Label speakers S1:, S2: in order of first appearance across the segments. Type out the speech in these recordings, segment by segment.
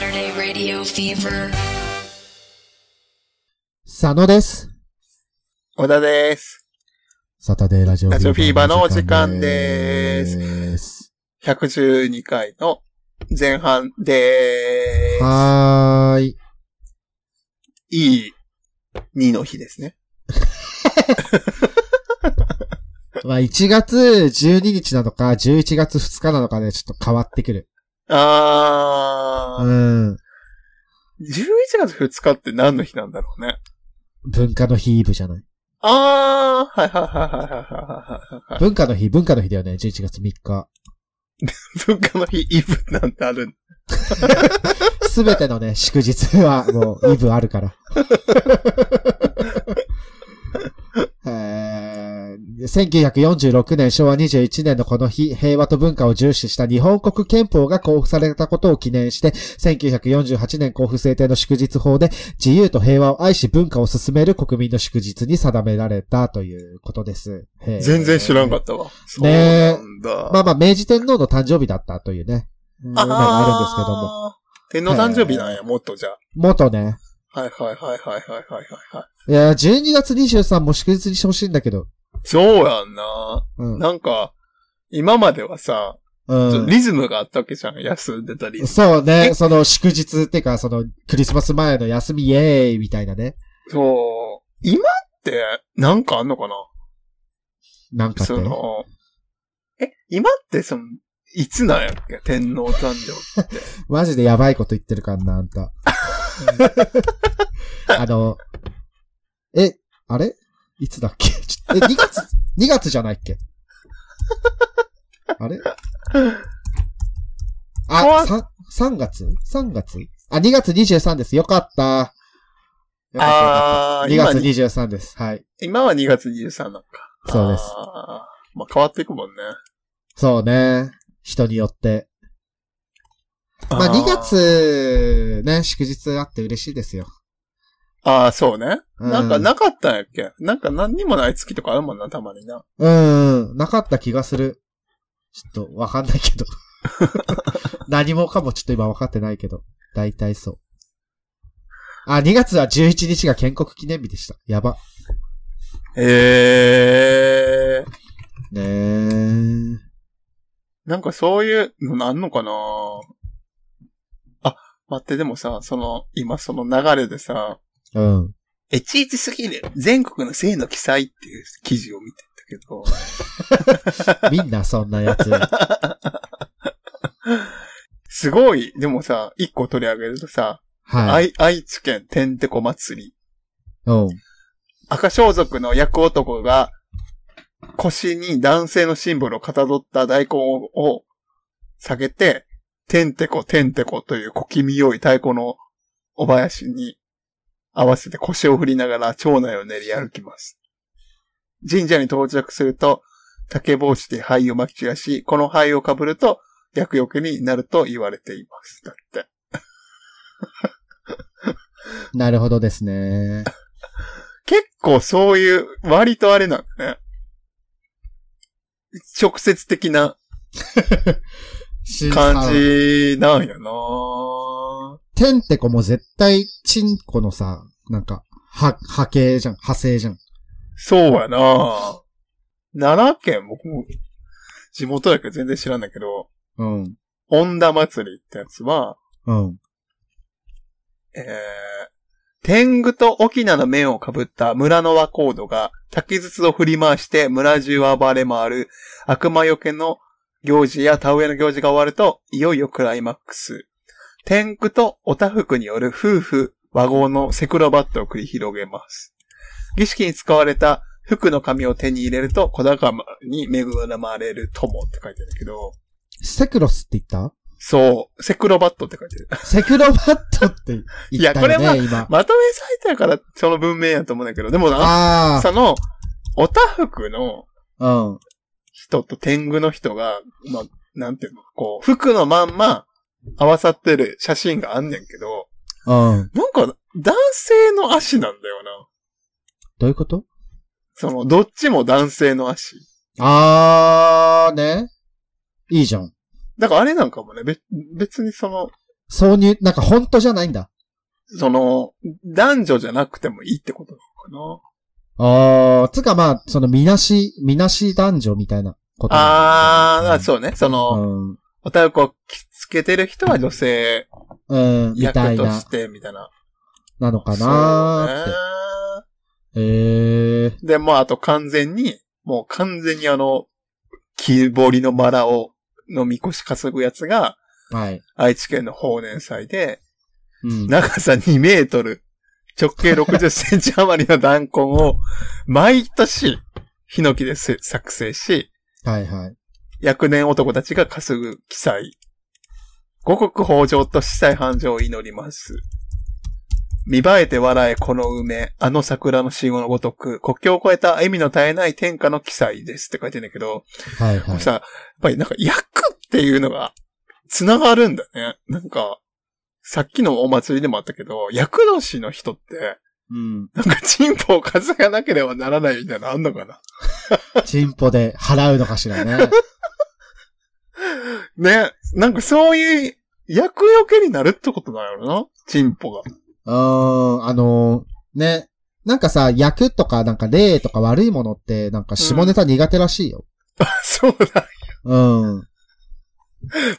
S1: Radio Fever.
S2: 佐野です。
S3: 小田です。
S2: サタデーラジオ
S3: ラジオフィーバーのお時間
S2: で。
S3: です112回の前半でー
S2: はーい。
S3: す。いい2の日ですね。
S2: まあ、1月12日なのか、11月2日なのかで、ちょっと変わってくる。う
S3: あー、
S2: ん。
S3: 11月2日って何の日なんだろうね。
S2: 文化の日イブじゃない。
S3: あー、はいはいはいはいはいはいはい。
S2: 文化の日、文化の日だよね、11月3日。
S3: 文化の日イブなんてある。
S2: すべてのね、 祝日はもうイブあるから。えー1946年昭和21年のこの日、平和と文化を重視した日本国憲法が公布されたことを記念して、1948年交付制定の祝日法で、自由と平和を愛し文化を進める国民の祝日に定められたということです。へー
S3: 全然知らんかったわ。そう
S2: ねー
S3: なんだ。
S2: まあまあ、明治天皇の誕生日だったというね、うんのがあるんですけども。
S3: けども。天皇誕生日なんや、もっとじゃ
S2: 元ね、
S3: あ。はいはいはいはいはいはいはいはい。
S2: いやー、12月23も祝日にしてほしいんだけど。
S3: そうやんな。
S2: うん。
S3: なんか、今まではさ、
S2: うん
S3: リズムがあったわけじゃん。休んでたり。
S2: そうね、
S3: え
S2: その祝日っていうか、そのクリスマス前の休みイエーイみたいなね。
S3: そう。今って、なんかあんのかな
S2: なんかって
S3: そ。の、え、今ってその、いつなんやっけ天皇誕生。
S2: マジでやばいこと言ってるからな、あん た。あの、え、あれいつだっけちょえ、2月、2月じゃないっけあれあ、3, 3月 ?3 月あ、2月23です。よかった。よかっ
S3: あ
S2: た
S3: ー、
S2: よか
S3: 今
S2: った、2月
S3: に、
S2: 23です。はい。
S3: 今は2月23なんか。
S2: そうです
S3: あー。まあ変わっていくもんね。
S2: そうね。人によって。まあ、
S3: ー
S2: 2。月、ね、祝日あって嬉しいですよ。
S3: ああ、そうね。なんか
S2: うん
S3: なかったんやっけなんか何にもない月とかあるもんな、たまにな。
S2: うん、なかった気がする。ちょっとわかんない けど。何もかもちょっと今わかってないけど。大体そう。あ、2月は11日が建国記念日でした。やば。
S3: ええー。
S2: ねー。
S3: なんかそういうのなんのかなあ、待って、でもさ、その、今その流れでさ、
S2: うん。
S3: えちいちすぎる全国の性の記載っていう記事を見てたけど、
S2: みんなそんなや つ。
S3: すごい、でもさ、一個取り上げるとさ、
S2: はい。
S3: 愛愛知県てんてこ祭り。
S2: うん。
S3: 赤装束の役男が腰に男性のシンボルをかたどった大根を下げて、てんてこてんてこという小気味良い太鼓のお囃子に合わせて腰を振りながら町内を練り歩きます。神社に到着すると、竹帽子で灰を撒き散らし、この灰をかぶると薬欲になると言われています。だって。
S2: なるほどですね。
S3: 結構そういう、割とあれなんだね。直接的な感じなんやな
S2: てんてこも絶対、ちんこのさ、なんか、は、波形じゃん。派生じゃん。
S3: そうやな奈良県、僕も地元やけど全然知らんだけど、
S2: うん。
S3: 恩田祭りってやつは、
S2: うん。
S3: えー、天狗と沖縄の面をかぶった村の和コードが滝筒を振り回して村中を暴れ回る悪魔除けの行事や田植えの行事が終わると、いよいよクライマックス。天狗とおたふくによる夫婦和合のセクロバットを繰り広げます。儀式に使われた服の紙を手に入れると小高に恵まれる友って書いてあるけど、
S2: セクロスって言った
S3: そう、セクロバットって書いてる。
S2: セクロバットって
S3: い
S2: 言っ
S3: や
S2: たよね、
S3: これは
S2: 今。
S3: まとめサイトやからその文明やと思うんだけど、でもな、
S2: あ
S3: その、おたふくの
S2: あ、うん。
S3: 人と天狗の人が、まあ、なんていうの、こう、服のまんま合わさってる写真があんねんけど、
S2: うん。
S3: なんか、男性の足なんだよな。
S2: どういうこと
S3: その、どっちも男性の足。
S2: ああ、ね。いいじゃん。
S3: だからあれなんかもね、べ別にその、
S2: 挿入、なんか本当じゃないんだ。
S3: その、男女じゃなくてもいいってことなの
S2: ああ、つかまあ、そのみなし、みなし男女みたいなこと
S3: かな
S2: な
S3: あー、
S2: うん
S3: そうね。その、
S2: の。
S3: おたるこを着付けてる人は女性
S2: うん。うん、み
S3: 役
S2: たい
S3: と
S2: な
S3: し、て、みたいな。
S2: なのかなーって。えー、
S3: そうねで、まあ、あと完全に、もう完全にあの、木彫りのバラを、のみこし担ぐやつが、
S2: はい。
S3: 愛知県の法年祭で、
S2: うん。
S3: 長さ2メートル、直径60センチ余りの弾痕を、毎年、ヒノキです作成し、
S2: はいはい。
S3: 役年男たちが稼ぐ記載。五穀豊穣と司祭繁盛を祈ります。見栄えて笑えこの梅、あの桜の死後のごとく、国境を越えた意味の絶えない天下の記載ですって書いてんだけど、
S2: はいはい。
S3: さ、やっぱりなんか役っていうのが、繋がるんだね。なんか、さっきのお祭りでもあったけど、役年の人って、
S2: うん。
S3: なんかチンポを稼がなければならないみたいなのあんのかな
S2: チンポで払うのかし らね。
S3: ね、なんかそういう、役よけになるってことだよなチンポが。
S2: うーん、あのーね。なんかさ、役とか、なんか霊とか悪いものって、なんか下ネタ苦手らしいよ。
S3: そうだ。
S2: うん。うん。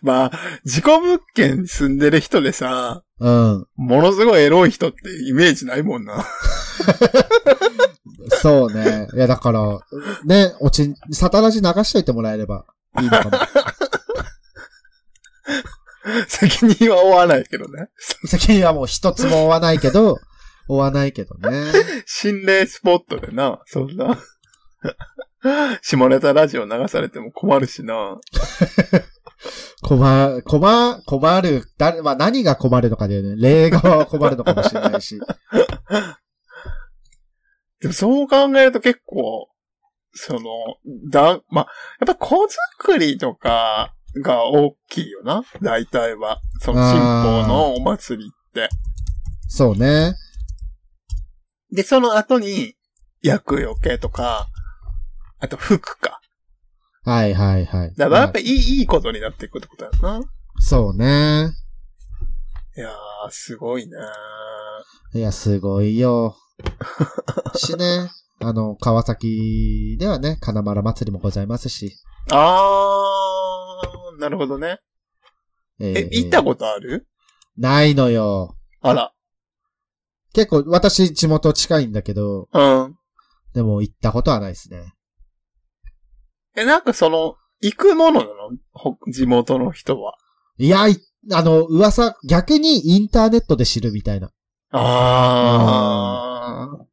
S3: まあ、自己物件に住んでる人でさ、ものすごいエロい人ってイメージないもんな。
S2: そうね。いや、だから、ね、おちん、サタラジ流しといてもらえればいいのか も。
S3: 責任は負わないけどね。
S2: 責任はもう一つも負わないけど、負わないけどね。
S3: 心霊スポットでな、そんな。 下ネタラジオ流されても困るしな。
S2: 困、困、困る、誰、まあ何が困るのかだよね。霊側は困るのかもしれないし。
S3: でもそう考えると結構、その、だ、まあ、やっぱ子作りとかが大きいよな。大体は。その、神
S2: あー
S3: 宝のお祭りって。
S2: そうね。
S3: で、その後に、厄除けとか、あと服か。
S2: はいはいはい。
S3: だからやっぱ
S2: ま
S3: いい、いいことになっていくってことだよな。
S2: あそうね。
S3: いやー、すごいね。
S2: いや、すごいよ。 しね、あの、川崎ではね、金丸祭りもございますし。
S3: あー、なるほどね。
S2: え
S3: え、行ったことある
S2: ないのよ。
S3: あら。
S2: 結構、私、地元近いんだけど、
S3: うん。
S2: でも行ったことはないですね。
S3: え、なんかその、行くものなのほ地元の人は。
S2: いや、いあの、噂、逆にインターネットで知るみたいな。
S3: あー。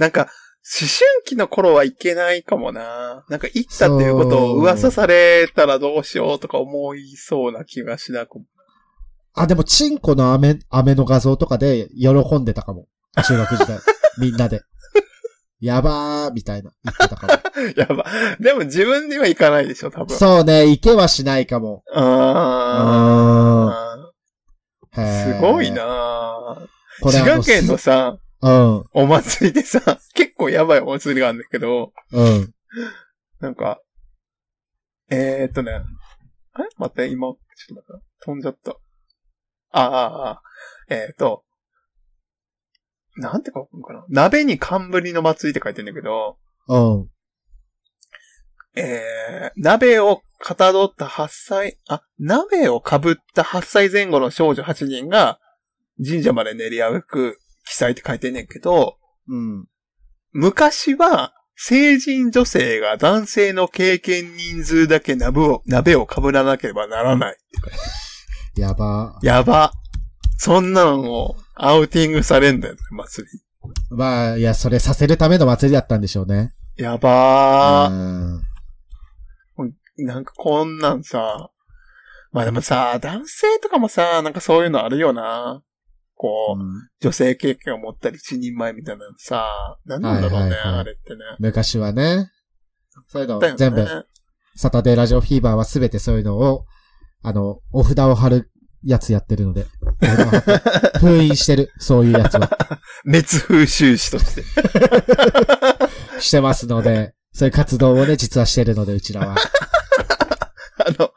S3: なんか、思春期の頃はいけないかもな。なんか行ったっていうことを噂されたらどうしようとか思いそうな気がしなくも。
S2: あ、でも、チンコの飴、飴の画像とかで喜んでたかも。中学 時代。みんなで。やばー、みたいな。言ってたかも。
S3: やば。でも自分には行かないでしょ、多分。
S2: そうね、行けはしないかも。
S3: あ
S2: う
S3: あ。
S2: ーんへー
S3: すごいなぁ
S2: これ
S3: 滋
S2: あ
S3: 賀県のさ、
S2: の。
S3: お祭りでさ、結構やばいお祭りがあるんだけど、
S2: うん、うん。
S3: なんか、えー、っとね、あれ待って、今、ちょっと待って、飛んじゃった。ああ、あーえー、っと、なんて書くのかな鍋に冠の祭りって書いてんだけど、
S2: うん。
S3: えー、鍋をかたどった8歳、あ、鍋をかぶった8歳前後の少女8人が神社まで練り歩く記載って書いてんねんけど、
S2: うん。
S3: 昔は成人女性が男性の経験人数だけ鍋を、鍋をかぶらなければならない。
S2: やばー。
S3: やば。そんなのをアウティングされんだよね、祭
S2: まあ、いや、それさせるための祭りだったんでしょうね。
S3: り。やばー。
S2: うん
S3: なんかこんなんさ、まあでもさ、男性とかもさ、なんかそういうのあるよな。こう、
S2: うん
S3: 女性経験を持ったり一人前みたいなのさ、なんなんだろうね、
S2: はいはいはい
S3: あれってね。
S2: 昔はね。そういうの
S3: だよ、ね
S2: 全部、サタデーラジオフィーバーはすべてそういうのを、あの、お札を貼るやつやってるので。お札を貼って 封印してる、そういうやつは。
S3: 熱風習士として。
S2: してますので、そういう活動をね、 実はしてるので、うちらは。
S3: あの、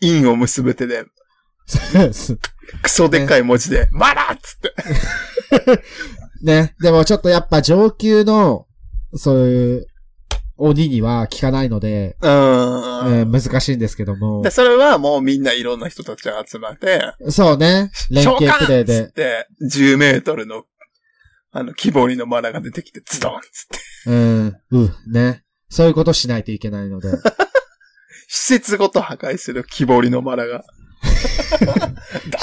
S3: 陰を結ぶ手で、クソでっかい文字で、マラっつって。
S2: ね。でもちょっとやっぱ上級の、そういう、鬼には効かないので、
S3: うー
S2: え
S3: ん。
S2: ー難しいんですけども
S3: で、。それはもうみんないろんな人たちが集まって、
S2: そうね。連
S3: 召
S2: 携プレイ
S3: 喚っつ
S2: で
S3: っ。て、10メートルの、あの、木彫りのマラが出てきて、ズドンっつって。
S2: うん。うん。ね。そういうことしないといけない ので。
S3: 施設ごと破壊する木彫りのマラが。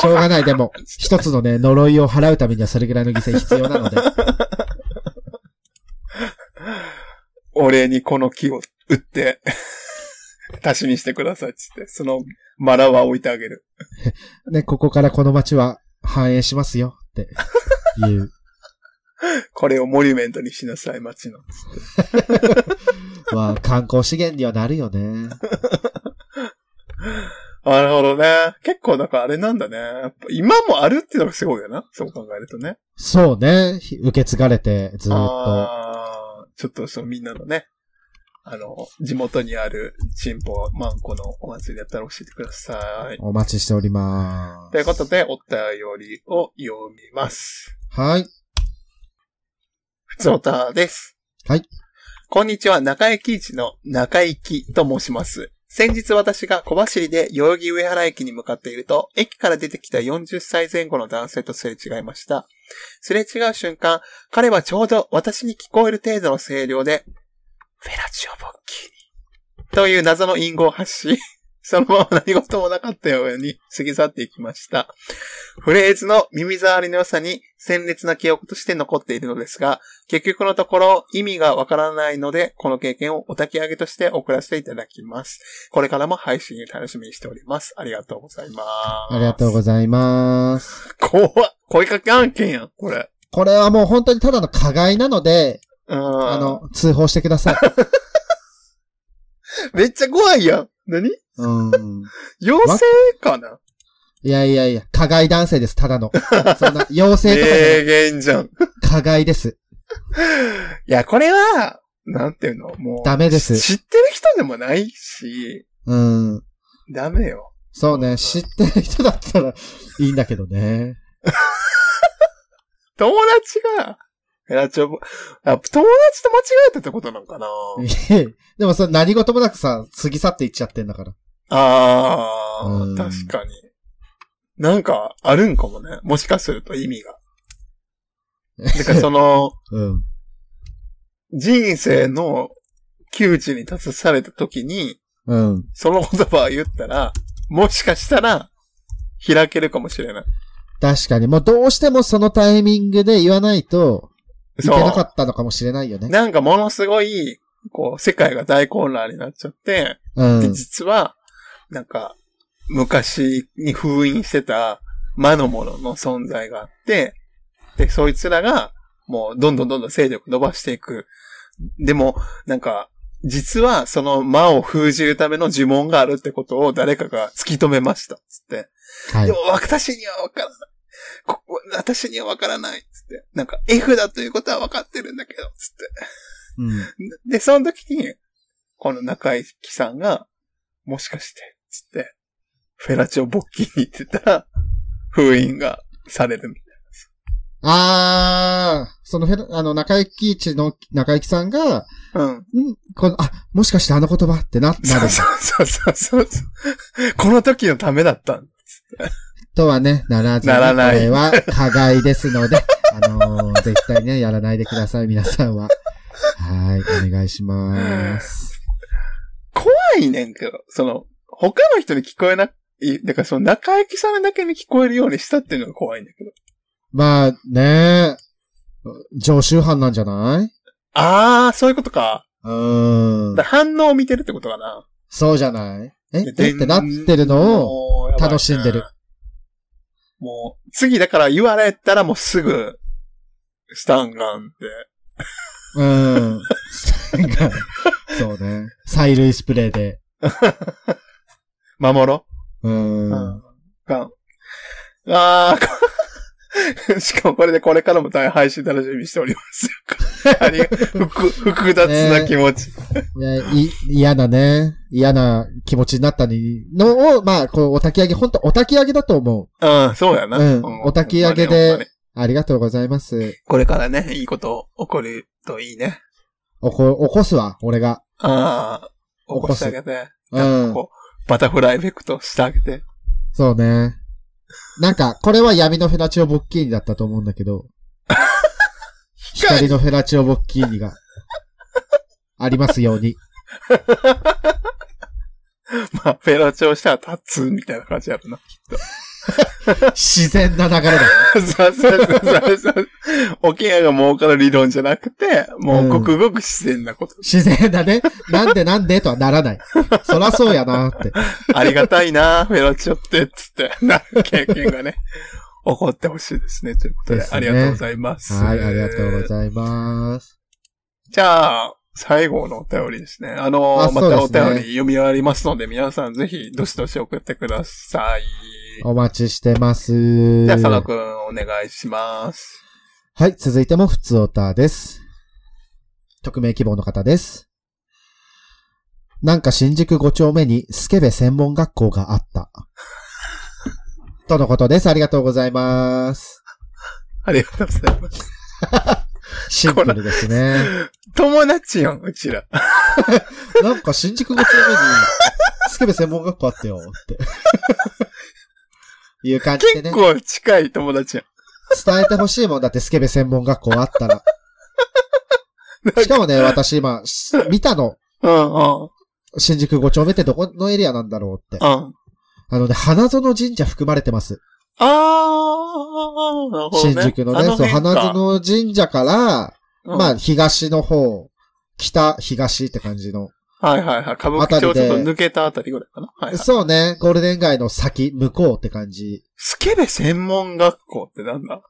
S2: しょうがない。でも、一つのね、呪いを払うためにはそれぐらいの犠牲必要なの で。
S3: 俺にこの木を打って、 足しにしてくださいっつって、そのマラは置いてあげる。
S2: ね、ここからこの街は繁栄しますよっていう。
S3: これをモニュメントにしなさい、町の。
S2: まあ、観光資源にはなるよね。
S3: なるほどね。結構なんかあれなんだね。やっぱ今もあるっていうのがすごいよな。そう考えるとね。
S2: そうね。ひ受け継がれて、ずーっと。
S3: ああー、ちょっとそのみんなのね、あの、地元にあるチンポマンコのお祭りだったら教えてください。
S2: お待ちしておりま
S3: ということで、お便りを読みます。
S2: す。はい。
S3: ふつおたです。
S2: はい。
S3: こんにちは、中井貴一の中井貴と申します。先日私が小走りで代々木上原駅に向かっていると、駅から出てきた40歳前後の男性とすれ違いました。すれ違う瞬間、彼はちょうど私に聞こえる程度の声量で、フェラチオボッキーニという謎の隠語を発し、 そのまま何事もなかったように過ぎ去っていきました。フレーズの耳障りの良さに鮮烈な記憶として残っているのですが、結局のところ意味がわからないので、この経験をお焚き上げとして送らせていただきます。これからも配信を楽しみにしております。ありがとうございます。
S2: ありがとうございます。
S3: 怖っ。声かけ案件やん、これ。
S2: これはもう本当にただの加害なので、
S3: うん。
S2: あ
S3: あの、
S2: の、通報してください。
S3: めっちゃ怖いやん。何
S2: うん。
S3: 妖精かない
S2: やいやいや、加害男性です、ただの。そんな、妖精とかじゃない
S3: 名言じゃん。
S2: 加害です。
S3: いや、これは、なんていうのもう。
S2: ダメです
S3: 知ってる人でもないし、
S2: うん。
S3: ダメよ。
S2: そうね、知ってる人だったらいいんだけどね。
S3: 友達が、フェラチオボ、あ友達と間違えたってことなんかな
S2: でもそれ何事もなくさ、過ぎ去っていっちゃってんだから。
S3: あ
S2: う
S3: ー、
S2: ん
S3: 確かに。なんか、あるんかもね。もしかすると意 味が。てか、その、
S2: うん。
S3: 人生の窮地に立たされた時に、
S2: うん。
S3: その言葉を言ったら、もしかしたら、開けるかもしれない。
S2: 確かに、もうどうしてもそのタイミングで言わないと、いけ
S3: そ
S2: なか
S3: う。
S2: ったのかもしれないよね。
S3: なんかものすごい、こう、世界が大混乱になっちゃって、
S2: うん。
S3: で、実は、なんか、昔に封印してた魔の者の存在があって、で、そいつらが、もう、どんどんどんどん勢力伸ばしていく。でも、なんか、実は、その魔を封じるための呪文があるってことを誰かが突き止めました。つって。
S2: はい
S3: でも。私にはわからない。ここ私にはわからない。つって。なんか F だということはわかってるんだけど、つっ
S2: うん。
S3: て。で、その時に、この中井貴さんが、もしかして、つって、フェラチオボッキーに言ってたら、封印がされる。
S2: あー、そのフェラ、あの、中井貴一の、中井貴さんが、
S3: うん。
S2: うん、この、あ、もしかしてあの言葉ってな、な
S3: そ
S2: る
S3: う。そうそうそうそう。この時のためだった。
S2: とはね、ならず、
S3: ならない
S2: これは、加害ですので、あのー絶対ね、やらないでください、皆さんは。はい、お願いします。
S3: 怖いねんけど、その、他の人に聞こえない、だからその中井貴さんだけに聞こえるようにしたっていうのが怖いんだけど。
S2: まあ、ね常習犯なんじゃない
S3: あー、そういうことか。
S2: うーん
S3: だ。から反応を見てるってことかな。
S2: そうじゃないえ
S3: いや
S2: えってなってるのを、
S3: もうやばいな
S2: 楽しんでる。
S3: もう、次だから言われたらもうすぐ、スタンガンって。
S2: うーん。そうね。催涙スプレーで。
S3: 守ろ
S2: う
S3: う。
S2: ーん。
S3: ん。ガン。 あー、こしかもこれでこれからも大配信楽しみにしております。 ありが複複雑な気持ち。
S2: ね、い、嫌なね、嫌な気持ちになったに、のを、まあ、こう、お焚き上げ、本当お焚き上げだと思
S3: うん、そうやな。
S2: うん
S3: ん
S2: お焚き上げで。
S3: ほんまね
S2: う。ありがとうございます。
S3: これからね、いいこと起こるといいね。
S2: おこ、起こすわ、俺が。
S3: あ
S2: 起
S3: あ、起
S2: こ
S3: こ
S2: す
S3: してあげて。
S2: うん
S3: なんかこう、バタフライエフェクトしてあげて。
S2: そうね。なんか、これは闇のフェラチオボッキーニだったと思うんだけ ど。光のフェラチオボッキーニが、ありますように。
S3: まあ、フェラチオしたら立つみたいな感じやろな。
S2: 自然な流れだ。
S3: そうそうそうそう。沖縄が儲かる理論じゃなくて、もうごくごく自然なこと。
S2: 自然だね。なんでなんでとはならない。そらそうやなって。
S3: ありがたいな、フェラチオって、つって、なる経験 がね、起こってほしいですね。ということ
S2: で
S3: で、
S2: すね
S3: ありがとうございます。
S2: はい、ありがとうございます。
S3: じゃあ、最後のお便りですね。あの
S2: あ
S3: ま
S2: そう
S3: た
S2: で
S3: お
S2: すね
S3: 便り読み終わりますので、皆さんぜひ、どしどし送ってください。
S2: お待ちしてます。
S3: じゃあ、佐野くん、お願いします。
S2: はい、続いても普通オタです。匿名希望の方です。なんか新宿5丁目にスケベ専門学校があった。とのことです。ありがとうございます。
S3: ありがとうございます。
S2: シンプルですね。
S3: 友達やん、うちら。
S2: なんか新宿5丁目にスケベ専門学校あったよ って。いう感じでね
S3: 結。構近い友達やん。
S2: 伝えてほしいもんだってスケベ専門学校あったら。しかもね、私今、し見たの。
S3: うん、うん。
S2: 新宿5丁目ってどこのエリアなんだろうって。
S3: うん。
S2: あのね、花園神社含まれてます。
S3: あー、なるほどね。
S2: 新宿のね、そう、花
S3: の
S2: 園神社から、
S3: 辺か、
S2: まあ、東の方、北、東って感じの。
S3: あ、はいはいはい。歌舞伎町ちょっと抜けたあたりぐらいかな。はい、はい。
S2: そうね、ゴールデン街の先、向こうって感じ。
S3: スケベ専門学校ってなんだ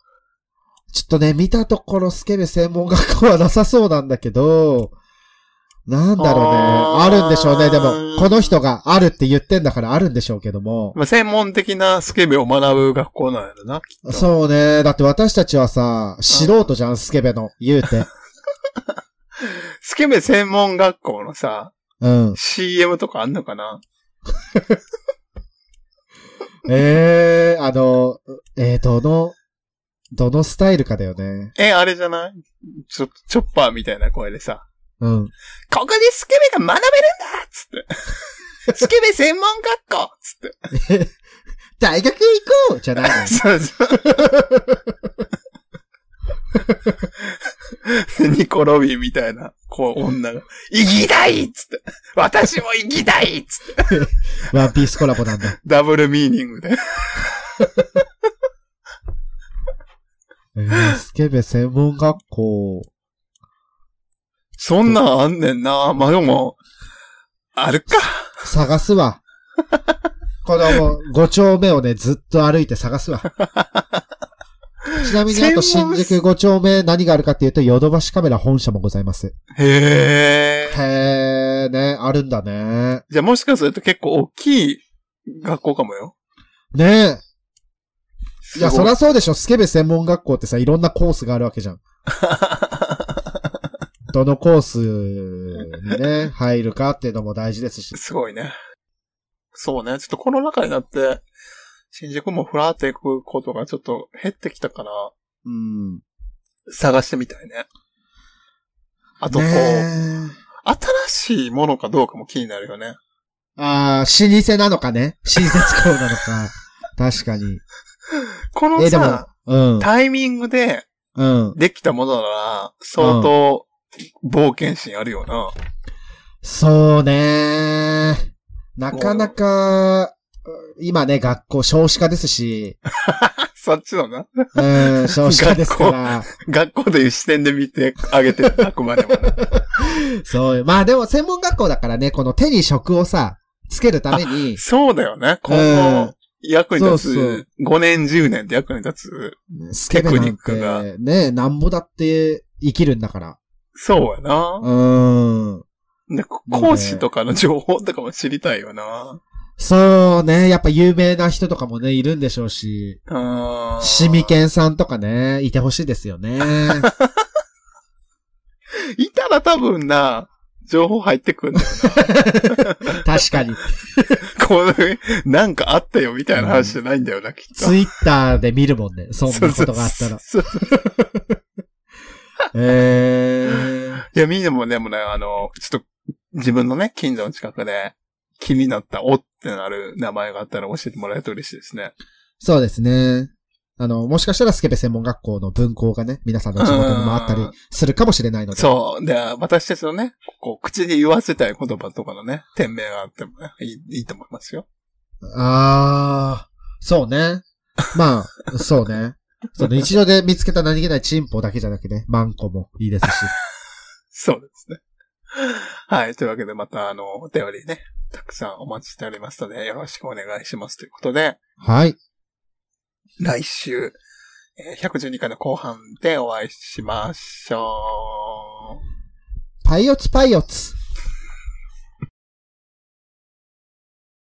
S2: ちょっとね、見たところスケベ専門学校はなさそうなんだけど、なんだろうね。
S3: あ
S2: あ
S3: ー
S2: るんでしょうね。でも、この人があるって言ってんだからあるんでしょうけども。
S3: まあ、専門的なスケベを学ぶ学校なんやろな、きっと。
S2: そうね。だって私たちはさ、素人じゃん、スケベの、言うて。
S3: スケベ専門学校のさ、
S2: うん。
S3: CM とかあんのかな
S2: ええあの、えー、どの、どのスタイルかだよね。
S3: え、あれじゃないちょ、チョッパーみたいな声でさ、
S2: うん。
S3: ここでスケベが学べるんだっつ って。スケベ専門学校っつって。
S2: 大学行こうじゃないの。
S3: そうそう。 ニコロビーみたいな、こう、女が、行きたいっつって。私も行きたいっつって。
S2: ワンピースコラボなんだ。
S3: ダブルミーニングで。
S2: えースケベ専門学校。
S3: そんなんあんねんな。まあ、でも、あるか。
S2: 探す わ。この5丁目をね、ずっと歩いて探 すわ。ちなみに、あと
S3: 専
S2: 新
S3: 門
S2: 宿5丁目何があるかっていうと、ヨドバシカメラ本社もございます。
S3: へえ。
S2: へー、ね、あるんだね。
S3: じゃあもしかすると結構大きい学校かもよ。
S2: ねえ。いや、
S3: す
S2: そ
S3: ご
S2: らそうでしょ。スケベ専門学校ってさ、いろんなコースがあるわけ じゃん。どのコースにね、入るかっていうのも大事ですし。
S3: すごいね。そうね。ちょっとコロナ禍になって、新宿もふらーって行くことがちょっと減ってきたから、
S2: うん。
S3: 探してみたいね。あとこう、
S2: ねえ
S3: 新しいものかどうかも気になるよね。
S2: あー老舗なのかね。新設校なのか。確かに。
S3: この
S2: え、でも
S3: さ、、
S2: うん。
S3: タイミングで
S2: うん。
S3: できたものなら、相当冒険心あるよな。
S2: そうねなかなか、今ね、学校少子化ですし、
S3: そっちのな。
S2: うん、少子化ですから。
S3: 学校という視点で見てあげて、あくまでも ね。
S2: そうよ。まあでも専門学校だからね、この手に職をさ、つけるために、
S3: そうだよね。今
S2: うん
S3: 後、役に立
S2: そうそう
S3: つ、5年、10年で役に立つ。
S2: スケベな
S3: テクニ
S2: ん
S3: ックが
S2: て、ね、なんぼだって生きるんだから。
S3: そうやな。
S2: うーん。
S3: で、こ
S2: もうね
S3: 講師とかの情報とかも知りたいよな。
S2: そうね、やっぱ有名な人とかもね、いるんでしょうし、
S3: うん。
S2: シミケンさんとかね、いてほしいですよね。
S3: いたら多分な、情報入ってくんだよ
S2: 確かに。
S3: この、なんかあったよみたいな話じゃないんだよな、きっと。
S2: ツイッターで見るもん ね。そんなことがあったら。
S3: そうそうそう
S2: えー。
S3: いや、みんなもね、もうね、あの、ちょっと、自分のね、近所の近くで、気になった、おってなる名前があったら教えてもらえると嬉しいですね。
S2: そうですね。あの、もしかしたらスケベ専門学校の分校がね、皆さんの地元にもあったりするかもしれないので。
S3: そう。で、私たちのね、こう、口で言わせたい言葉とかのね、店名があってもね、いいいいと思いますよ。
S2: あー、そうね。まあ、そうね。その日常で見つけた何気ないチンポだけじゃなくてね、マンコもいいですし。
S3: そうですね。はい。というわけで、また、あの、お便りね、たくさんお待ちしておりますので、よろしくお願いします。ということで、
S2: はい。
S3: 来週、えー112回の後半でお会いしましょう。
S2: パイオツパイオツ。